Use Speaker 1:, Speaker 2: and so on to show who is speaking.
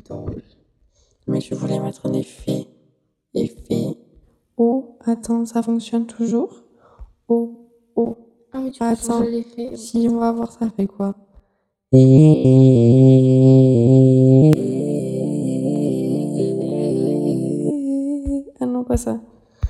Speaker 1: drôle. Mais je voulais mettre un effet. Effet. Oh, attends, ça fonctionne toujours Oh, oh.
Speaker 2: Ah oui, tu
Speaker 1: Ah,
Speaker 2: peux
Speaker 1: attends.
Speaker 2: changer l'effet.
Speaker 1: Si on va voir, ça fait quoi Ah non, pas ça.